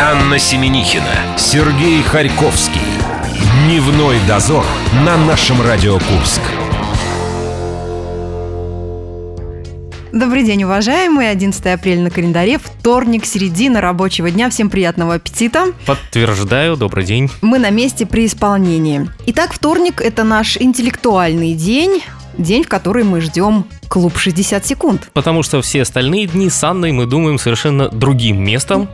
Анна Семенихина, Сергей Харьковский. Дневной дозор на нашем Радио Курск. Добрый день, уважаемые. 11 апреля на календаре, вторник, середина рабочего дня. Всем приятного аппетита. Подтверждаю, добрый день. Мы на месте при исполнении. Итак, вторник – это наш интеллектуальный день. День, в который мы ждем клуб 60 секунд. Потому что все остальные дни с Анной мы думаем совершенно другим местом.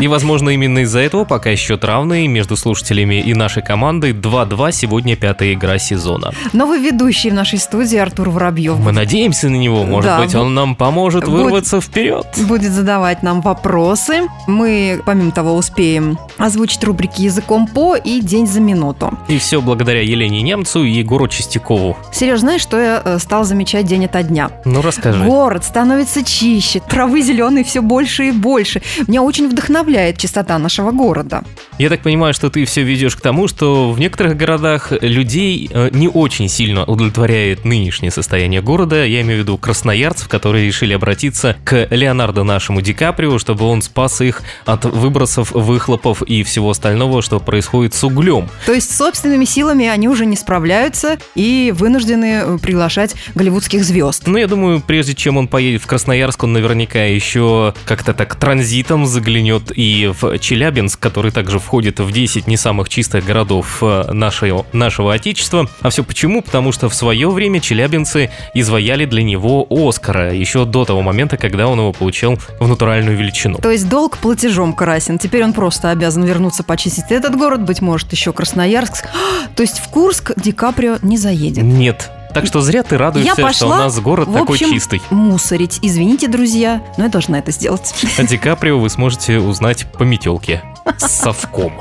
И, возможно, именно из-за этого пока счет равный между слушателями и нашей командой 2-2 сегодня пятая игра сезона. Новый ведущий в нашей студии Артур Воробьев. Мы надеемся на него, может Да, быть, бу- он нам поможет будет- вырваться вперед. будет задавать нам вопросы. Мы, помимо того, успеем озвучить рубрики «Языком по» и «День за минуту». И все благодаря Елене Немцу и Егору Чистякову. Сереж, знаешь, что я э, стал замечать день ото дня? Ну, расскажи. Город становится чище, травы зеленой все больше и больше. Меня очень вдохновляет чистота нашего города. Я так понимаю, что ты все ведешь к тому, что в некоторых городах людей э, не очень сильно удовлетворяет нынешнее состояние города. Я имею в виду красноярцев, которые решили обратиться к Леонардо нашему Ди Каприо, чтобы он спас их от выбросов, выхлопов и всего остального, что происходит с углем. То есть собственными силами они уже не справляются и вынуждены э, приглашать голливудских звезд. Ну, я думаю, прежде чем он поедет в Красноярск, он наверняка еще как-то так транзитом заглянет и в Челябинск, который также входит в 10 не самых чистых городов э, нашего, нашего Отечества. А все почему? Потому что в свое время челябинцы изваяли для него Оскара, еще до того момента, когда он его получил в натуральную величину. То есть долг платежом красен. Теперь он просто обязан вернуться почистить этот город, быть может, еще Красноярск. То есть в Курск Ди Каприо не заедет. Нет. Так что зря ты радуешься, что у пошла, нас город в такой общем, чистый. Мусорить. Извините, друзья, но я должна это сделать. А Ди Каприо вы сможете узнать по метелке. С совком.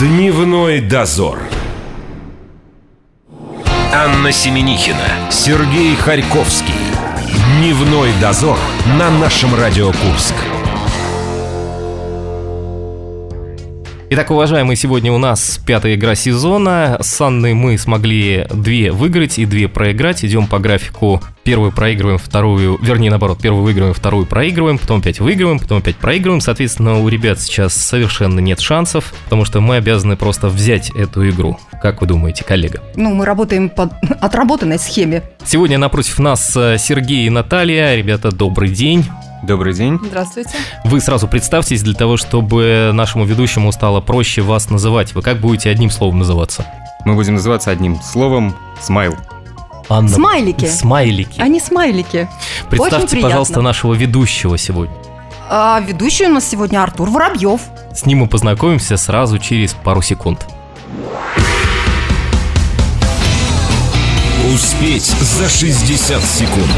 Дневной дозор. Анна Семенихина, Сергей Харьковский. Дневной дозор на нашем Радио Курск. Итак, уважаемые, сегодня у нас пятая игра сезона. С Анной мы смогли две выиграть и две проиграть. Идем по графику. Первую проигрываем, вторую... Вернее, наоборот, первую выигрываем, вторую проигрываем, потом опять выигрываем, потом опять проигрываем. Соответственно, у ребят сейчас совершенно нет шансов, потому что мы обязаны просто взять эту игру. Как вы думаете, коллега? Ну, мы работаем по отработанной схеме. Сегодня напротив нас э, Сергей и Наталья. Ребята, добрый день. Добрый день. Здравствуйте. Вы сразу представьтесь для того, чтобы нашему ведущему стало проще вас называть. Вы как будете одним словом называться? Мы будем называться одним словом «Смайл». Анна, Смайлики. А Смайлики. Они смайлики. Представьте, приятно. пожалуйста, нашего ведущего сегодня. А ведущий у нас сегодня Артур Воробьев. С ним мы познакомимся сразу через пару секунд. Успеть за 60 секунд.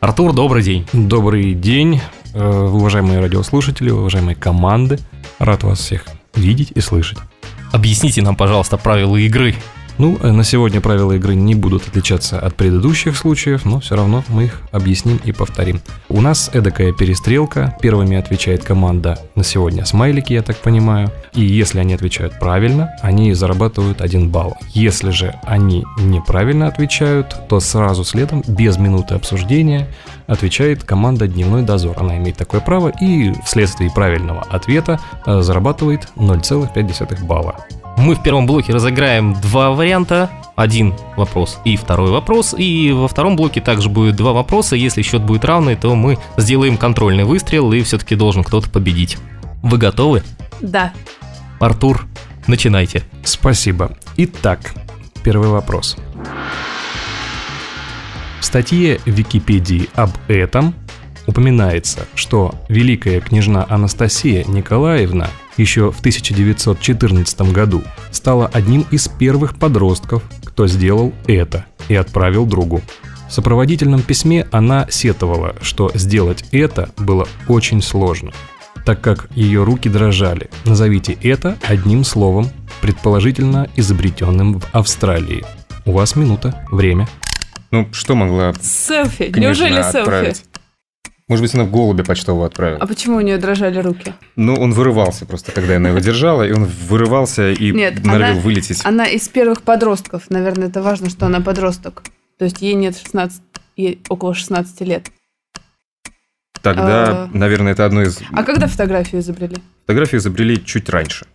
Артур, добрый день. Добрый день, э, уважаемые радиослушатели, уважаемые команды. Рад вас всех видеть и слышать. Объясните нам, пожалуйста, правила игры. Ну, э, на сегодня правила игры не будут отличаться от предыдущих случаев, но все равно мы их объясним и повторим. У нас эдакая перестрелка. Первыми отвечает команда на сегодня смайлики, я так понимаю. И если они отвечают правильно, они зарабатывают 1 балл. Если же они неправильно отвечают, то сразу следом, без минуты обсуждения, отвечает команда «Дневной дозор». Она имеет такое право и вследствие правильного ответа э, зарабатывает 0,5 балла. Мы в первом блоке разыграем два варианта. Один вопрос и второй вопрос. И во втором блоке также будет два вопроса. Если счет будет равный, то мы сделаем контрольный выстрел и все-таки должен кто-то победить. Вы готовы? Да. Артур, начинайте. Спасибо. Итак, первый вопрос. В статье Википедии об этом упоминается, что великая княжна Анастасия Николаевна еще в 1914 году стала одним из первых подростков, кто сделал это и отправил другу. В сопроводительном письме она сетовала, что сделать это было очень сложно так как ее руки дрожали. Назовите это одним словом, предположительно изобретенным в Австралии. У вас минута, время. Ну, что могла Селфи. княжна Неужели селфи? отправить? Может быть, она в голубя почтового отправила. А почему у нее дрожали руки? Ну, он вырывался просто, когда она его держала, и он вырывался и Нет, норовил она- вылететь. Она из первых подростков. Наверное, это важно, что она подросток. То есть ей нет 16. ей около 16 лет. Тогда, А. наверное, это одно из... А когда фотографию изобрели? Фотографию изобрели чуть раньше.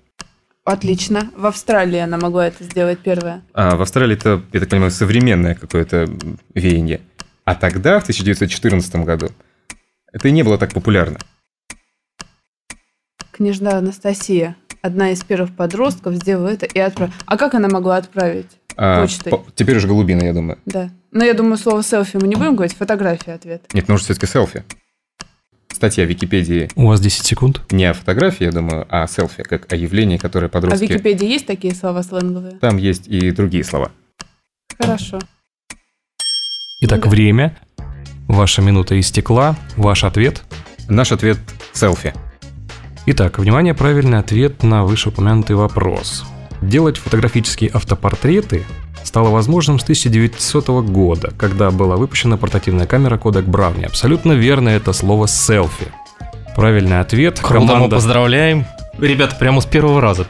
Отлично. В Австралии она могла это сделать первая. А в Австралии это, я так понимаю, современное какое-то м, веяние. А тогда, в 1914 году, это и не было так популярно. Княжна Анастасия, одна из первых подростков, сделала это и отправила. А как она могла отправить? А, Почтой. по- теперь уже голубина, я думаю. Да. Но я думаю, слово селфи мы не будем говорить, фотография ответ. Нет, нужно все-таки селфи. Статья в Википедии У вас 10 секунд. не о фотографии, я думаю, а о селфи, как о явлении, которое А в подростки... Википедии есть такие слова сленговые? Там есть и другие слова. Хорошо. Итак, Да. время. Ваша минута истекла. Ваш ответ. Наш ответ – селфи. Итак, внимание, правильный ответ на вышеупомянутый вопрос. Делать фотографические автопортреты стало возможным с 1900 года, когда была выпущена портативная камера Kodak Brownie. Абсолютно верно это слово «селфи». Правильный ответ. Круто, мы команда... поздравляем. Ребята, прямо с первого раза.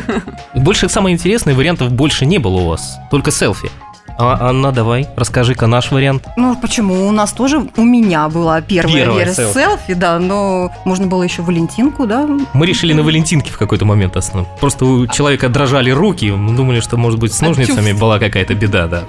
Больше, самое интересное, вариантов больше не было у вас. Только селфи. А, Анна, давай, расскажи-ка наш вариант. Ну, почему? У нас тоже, у меня была первая, Первая вера селфи. селфи. да, но можно было еще Валентинку, да? Мы решили на Валентинке в какой-то момент основном. Просто у человека дрожали руки, мы думали, что, может быть, с От ножницами была какая-то беда, да.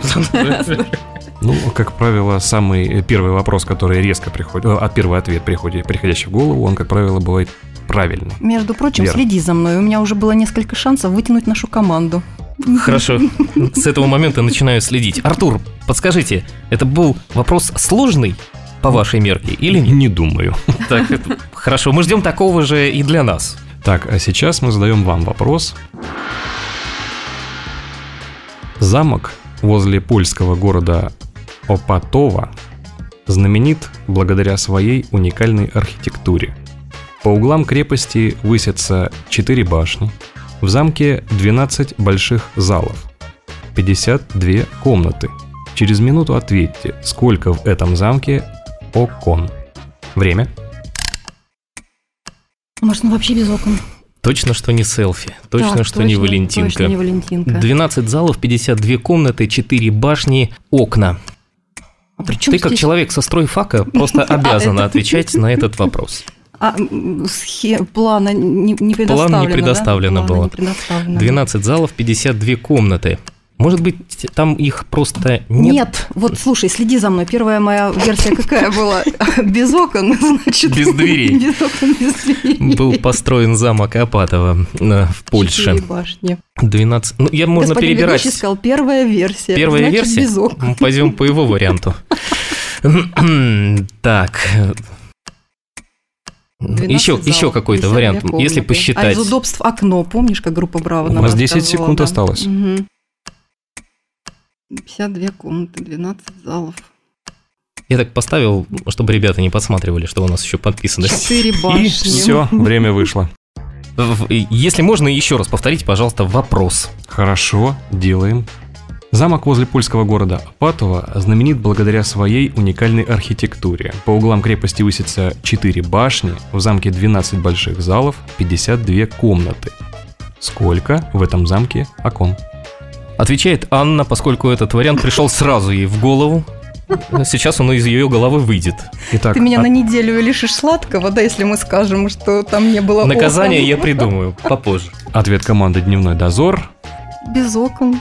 Ну, как правило, самый э, первый вопрос, который резко приходит... э, А первый ответ, приходит, приходящий в голову, он, как правило, бывает правильный. Между прочим, Верно. следи за мной, у меня уже было несколько шансов вытянуть нашу команду. Хорошо, с этого момента начинаю следить. Артур, подскажите, это был вопрос сложный по вашей мерке или нет? Не думаю. Так, это- хорошо, мы ждем такого же и для нас. Так, а сейчас мы задаем вам вопрос. Замок возле польского города Опатова знаменит благодаря своей уникальной архитектуре. По углам крепости высятся 4 башни, в замке 12 больших залов, 52 комнаты. Через минуту ответьте, сколько в этом замке окон. Время. Может, ну вообще без окон. Точно, что не селфи, точно, Так, что точно, не Точно Валентинка. не Валентинка. 12 залов, 52 комнаты, 4 башни, окна. А при чем Ты, как здесь- человек со стройфака, просто обязана это- отвечать на этот вопрос. А, м, схе- плана не, не предоставлено, да? предоставлено Плана было. не предоставлено. 12 залов, 52 комнаты. Может быть, там их просто Нет. нет? вот слушай, следи за мной. Первая моя версия какая была? Без окон, значит. Без дверей. Без окон, без дверей. Был построен замок Апатова э, в Польше. Четыре башни. 12. Ну, я можно Господин перебирать. ведущий сказал, первая версия. Первая значит, версия? без окон. Мы пойдем по его варианту. Так. 12 Еще, залов, еще какой-то 52 вариант, если комнаты. А посчитать. из удобств окно, помнишь, как группа Браво У нам нас 10 рассказывала, секунд да? осталось. Мгм. 52 комнаты, 12 залов. Я так поставил, чтобы ребята не подсматривали, что у нас еще подписано. Четыре И башни. все, время вышло. В- Если можно, еще раз повторить, пожалуйста, вопрос. Хорошо, делаем. Замок возле польского города Апатова знаменит благодаря своей уникальной архитектуре. По углам крепости высятся 4 башни, в замке 12 больших залов, 52 комнаты. Сколько в этом замке окон? Отвечает Анна, поскольку этот вариант пришел сразу ей в голову. Сейчас он из ее головы выйдет. Итак, Ты меня от- на неделю лишишь сладкого, да, если мы скажем, что там не было Наказание окон. я придумаю попозже. ответ команды «Дневной дозор» Без окон,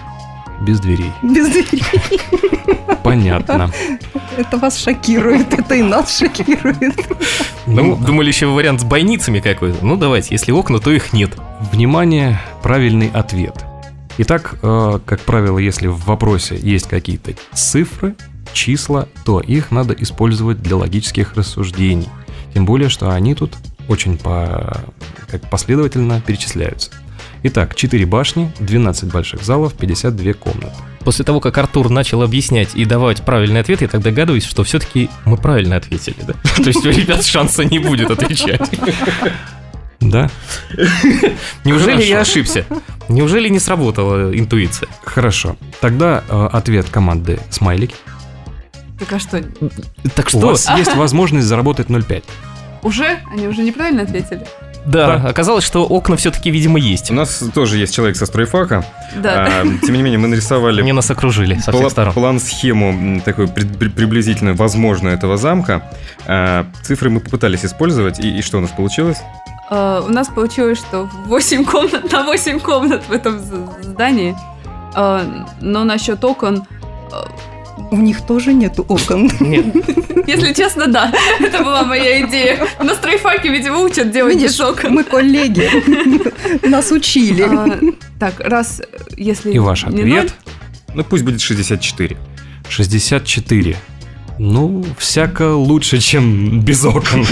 без дверей. без дверей. Понятно. Это вас шокирует, это и нас шокирует. Ну, думали еще вариант с бойницами какой-то. Ну, давайте, если окна, то их нет. Внимание, правильный ответ. Итак, э, как правило, если в вопросе есть какие-то цифры, числа, то их надо использовать для логических рассуждений. Тем более, что они тут очень по- как последовательно перечисляются. Итак, 4 башни, 12 больших залов, 52 комнаты. После того, как Артур начал объяснять и давать правильный ответ, я так догадываюсь, что все-таки мы правильно ответили, да? То есть у ребят шанса не будет отвечать. Да? Неужели Хорошо. я ошибся? Неужели не сработала интуиция? Хорошо. Тогда э, ответ команды «Смайлик». Так а что, Так У вас есть возможность заработать 0,5. уже? Они уже неправильно ответили? Да, оказалось, что окна все-таки, видимо, есть. У нас тоже есть человек со стройфака. Да. А, Тем не менее, мы нарисовали Они нас окружили со всех пла- сторон. план-схему м, такую при- при- приблизительно возможную этого замка. А, Цифры мы попытались использовать, и и что у нас получилось? Э, У нас получилось, что 8 комнат на 8 комнат в этом з- здании. Э, Но насчет окон, У них тоже нету окон. Нет, если честно, да, это была моя идея. На стройфаке, видимо, учат делать без Видишь, окон. мы коллеги. Нас учили. Э, Так, раз, э, если И ваш не ответ Ну, пусть будет 64. 64. Ну, всяко лучше, чем без окон.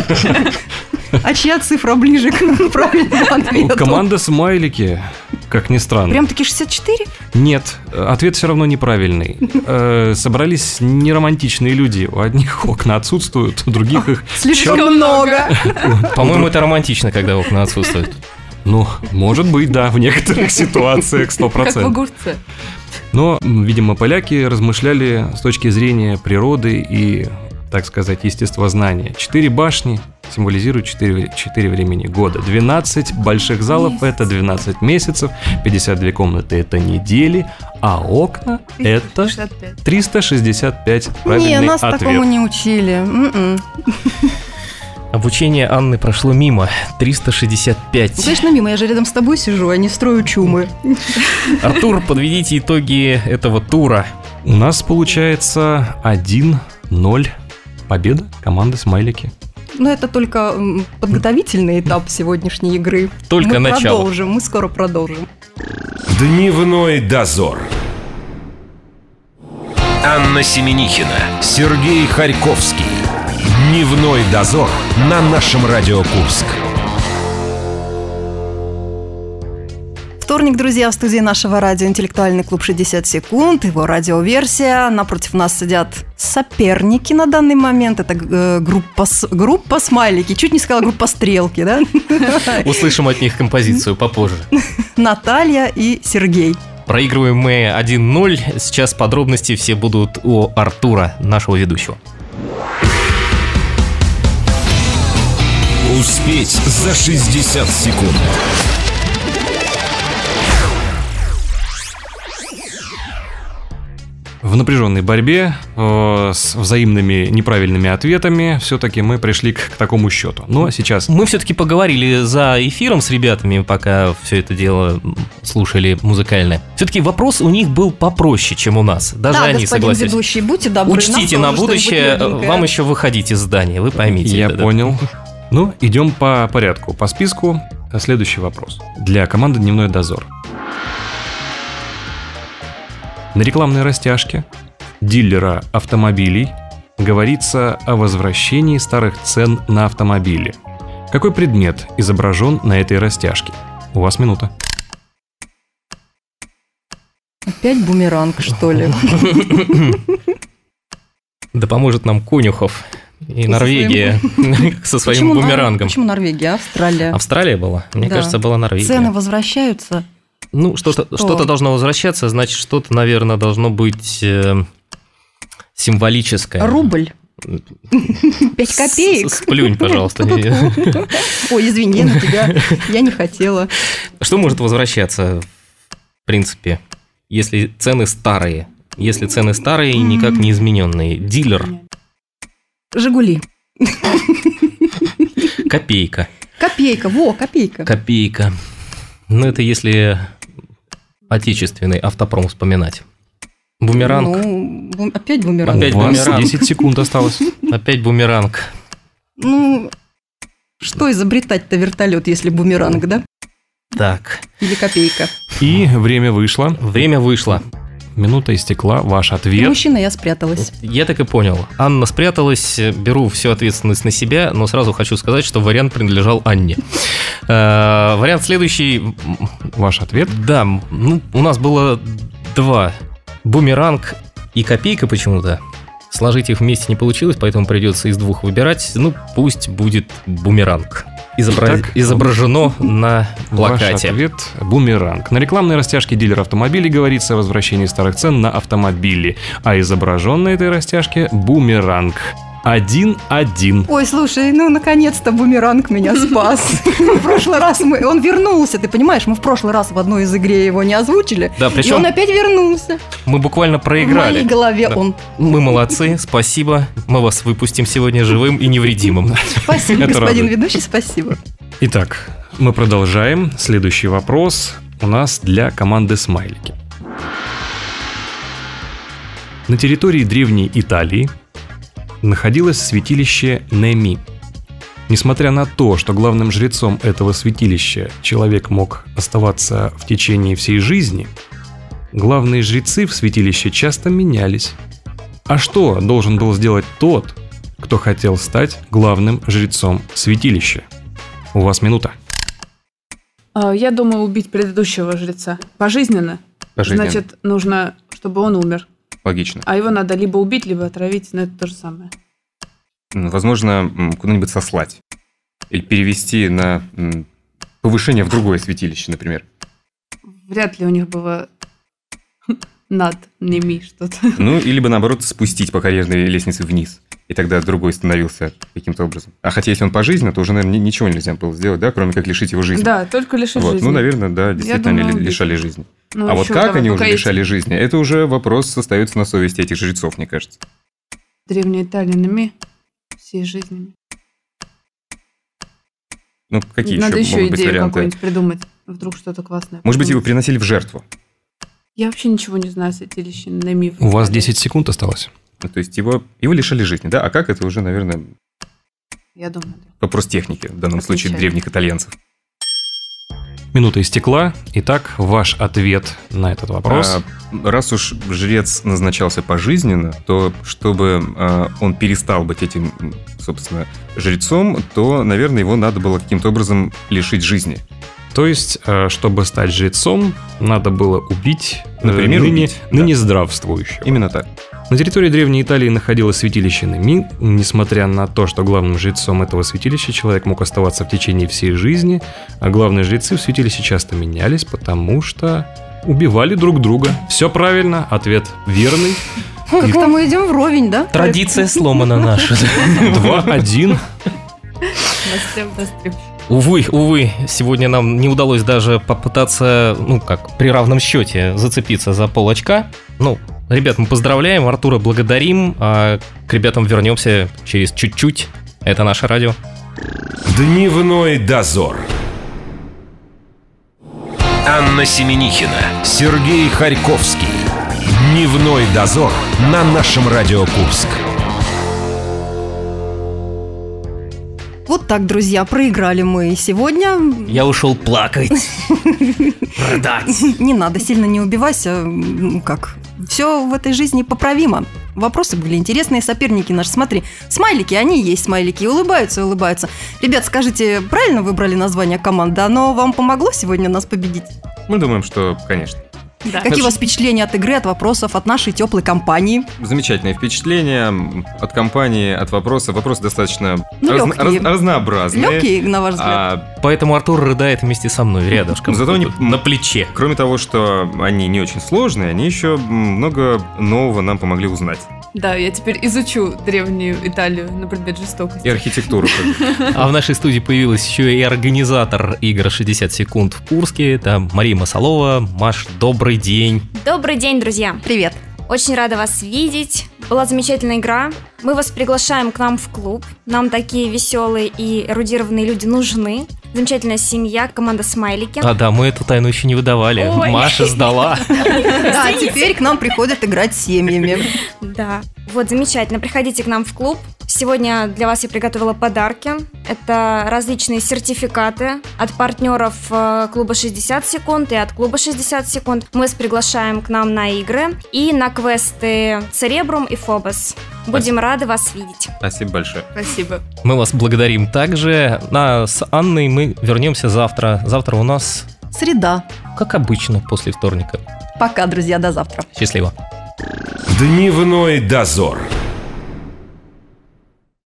А чья цифра ближе к правильному ответу? Команда смайлики, как ни странно. Прям-таки 64? Нет, ответ все равно неправильный. Э, Собрались неромантичные люди. У одних окна отсутствуют, у других их... Слишком Чё? много. по-моему, это романтично, когда окна отсутствуют. Ну, может быть, да, в некоторых ситуациях ноль, Как в 100%. огурце. Но, м, видимо, поляки размышляли с точки зрения природы и, так сказать, естествознания. Четыре башни символизируют четыре, вре- четыре времени года. 12 больших залов – это 12 месяцев, 52 комнаты – это недели, а окна – это 65. 365 Не, правильный нас такому ответ. не учили. М-м. Обучение Анны прошло мимо. Ну, 365. Конечно, мимо, я же рядом с тобой сижу, а не строю чумы. Артур, подведите итоги этого тура. У нас получается 1-0 победа команды «Смайлики». Но это только м, подготовительный этап сегодняшней игры. Только мы начало. продолжим, мы скоро продолжим. Дневной дозор. Анна Семенихина, Сергей Харьковский. Дневной дозор на нашем Радио Курск. Вторник, друзья, в студии нашего радио «Интеллектуальный клуб 60 секунд», его радиоверсия. Напротив нас сидят соперники на данный момент. Это э, группа, с- группа «Смайлики». Чуть не сказала группа «Стрелки», да? Услышим от них композицию попозже. Наталья и Сергей. Проигрываем мы 1-0. Сейчас подробности все будут у Артура, нашего ведущего. Успеть за 60 секунд. В напряженной борьбе э, с взаимными неправильными ответами все-таки мы пришли к, к такому счету. Но сейчас Мы все-таки поговорили за эфиром с ребятами, пока все это дело м, слушали музыкальное. Все-таки вопрос у них был попроще, чем у нас. Даже да, они господин согласились. ведущий, будьте добры. Учтите нам на тоже будущее, э, что-нибудь легенькое. вам еще выходить из здания, вы поймите. я это, да. понял. Ну, идем по порядку, по списку. Следующий вопрос. Для команды «Дневной дозор». На рекламной растяжке дилера автомобилей говорится о возвращении старых цен на автомобили. Какой предмет изображен на этой растяжке? У вас минута. Опять бумеранг, что ли? Да поможет нам Конюхов и со Норвегия со своим Нор- бумерангом. Почему Норвегия, Австралия? Австралия была? Мне Да. кажется, была Норвегия. Цены возвращаются. Ну, что-то Что? что должно возвращаться, значит, что-то, наверное, должно быть э, символическое. Рубль. Пять копеек. С- Сплюнь, пожалуйста. Ой, извини, я на тебя. Я не хотела. Что может возвращаться, в принципе, если цены старые? Если цены старые и никак не измененные. Дилер, Жигули. копейка. Копейка, во, копейка. Копейка. Ну, это если отечественный автопром вспоминать. Бумеранг. Ну, бум- опять бумеранг. Опять У вас бумеранг. 10 секунд осталось. Опять бумеранг. Ну, что изобретать-то вертолет, если бумеранг, да? Так, Или копейка. И время вышло. время вышло. Минута истекла. Ваш ответ. Мужчина, я спряталась. Я так и понял. Анна спряталась, э, беру всю ответственность на себя, но сразу хочу сказать, что вариант принадлежал Анне. Э, Вариант следующий. м, Ваш ответ. Да, м, ну, у нас было два. Бумеранг и копейка почему-то. Сложить их вместе не получилось, поэтому придется из двух выбирать. Ну, пусть будет бумеранг. Изобра- Итак, Изображено на Ваш плакате. ответ – бумеранг. На рекламной растяжке дилер автомобилей говорится о возвращении старых цен на автомобили, а изображен на этой растяжке – бумеранг. 1-1. Ой, слушай, ну наконец-то бумеранг меня спас. Ну, В прошлый раз мы, он вернулся, ты понимаешь, мы в прошлый раз в одной из игре его не озвучили. Да, И он причем опять вернулся. мы буквально В моей проиграли. голове Да. он. Мы молодцы, спасибо. Мы вас выпустим сегодня живым и невредимым. Спасибо, Это господин радует. ведущий, спасибо. Итак, мы продолжаем. Следующий вопрос у нас для команды Смайлики. На территории древней Италии находилось святилище Неми. Несмотря на то, что главным жрецом этого святилища человек мог оставаться в течение всей жизни, главные жрецы в святилище часто менялись. А что должен был сделать тот, кто хотел стать главным жрецом святилища? У вас минута. А, Я думаю убить предыдущего жреца. Пожизненно. Пожизненно. Значит, нужно, чтобы он умер. Логично. А его надо либо убить, либо отравить, но это то же самое. М, Возможно, м, куда-нибудь сослать. Или перевести на м, повышение в другое святилище, например. Вряд ли у них было над ними что-то. Ну, или бы наоборот спустить по карьерной лестнице вниз. И тогда другой становился каким-то образом. А хотя если он пожизненно, то уже, наверное, ни- ничего нельзя было сделать, да, кроме как лишить его жизни. Да, только лишить Вот. жизни. Ну, наверное, да, действительно, они думаю, ли- убить. лишали жизни. Ну, а вот ещё как давай, они пока уже есть. лишали жизни, это уже вопрос остается на совести этих жрецов, мне кажется. Древней Италии нами всей жизнями. Ну, какие Надо еще еще, могут быть идею варианты? какую-нибудь придумать. Вдруг что-то классное. Может быть, его придумать. приносили в жертву. Я вообще ничего не знаю о святилище нами. в У вас Италии. 10 секунд осталось. Ну, то есть его, его лишали жизни, да? А как это уже, наверное, Я думаю. да. вопрос техники, в данном случае Отвечаю. древних итальянцев. Минута истекла. Итак, ваш ответ на этот вопрос. А, раз уж жрец назначался пожизненно, то чтобы а, он перестал быть этим, м, собственно, жрецом, то, наверное, его надо было каким-то образом лишить жизни. То есть, э, чтобы стать жрецом, надо было убить, э, Например, ныне, убить, ныне здравствующего. Именно так. На территории Древней Италии находилось святилище Неми. Несмотря на то, что главным жрецом этого святилища человек мог оставаться в течение всей жизни, а главные жрецы в святилище часто менялись, потому что убивали друг друга. Все правильно, ответ верный. Как-то мы идем вровень, да? Традиция сломана наша. 2-1. Настрем, настрем. Увы, увы, сегодня нам не удалось даже попытаться, ну как, при равном счете зацепиться за пол очка. Ну, ребят, мы поздравляем, Артура благодарим, а к ребятам вернемся через чуть-чуть. Это наше радио. Дневной дозор. Анна Семенихина, Сергей Харьковский. Дневной дозор на нашем Радио Курск. Вот так, друзья, проиграли мы сегодня. Я ушел плакать. Продать. Не надо, сильно не убивайся. Ну как? Все в этой жизни поправимо. Вопросы были интересные, соперники наши, смотри, смайлики, они и есть смайлики, и улыбаются, и улыбаются. Ребят, скажите, правильно выбрали название команды? Оно вам помогло сегодня нас победить? Мы думаем, что, конечно. Да. Какие у вас Хорошо. впечатления от игры, от вопросов, от нашей теплой компании? Замечательное впечатление м, от компании, от вопроса. Вопросы достаточно Ну, разно- лёгкие. раз- разнообразные. Легкие, на ваш взгляд? А, Поэтому Артур рыдает вместе со мной рядышком. Зато они- на плече. кроме того, что они не очень сложные, они еще м, много нового нам помогли узнать. Да, я теперь изучу древнюю Италию на предмет жестокости. И архитектуру. как бы. А в нашей студии появилась еще и организатор игр 60 секунд в Курске. Там Мария Масалова. Маш, добрый день. Добрый день, друзья! Привет. Очень рада вас видеть. Была замечательная игра. Мы вас приглашаем к нам в клуб. Нам такие веселые и эрудированные люди нужны. Замечательная семья, команда Смайлики. А да, мы эту тайну еще не выдавали. Ой. Маша сдала. Да, теперь к нам приходят играть с семьями. Да. Вот, замечательно. Приходите к нам в клуб. Сегодня для вас я приготовила подарки. Это различные сертификаты от партнеров э, клуба 60 секунд и от клуба 60 секунд. Мы вас приглашаем к нам на игры и на квесты Церебрум и Фобос. Будем рады вас видеть. Спасибо большое. Спасибо. Мы вас благодарим также. На, с Анной мы вернемся завтра. Завтра у нас, Среда. как обычно, после вторника. Пока, друзья, до завтра. Счастливо. Дневной дозор.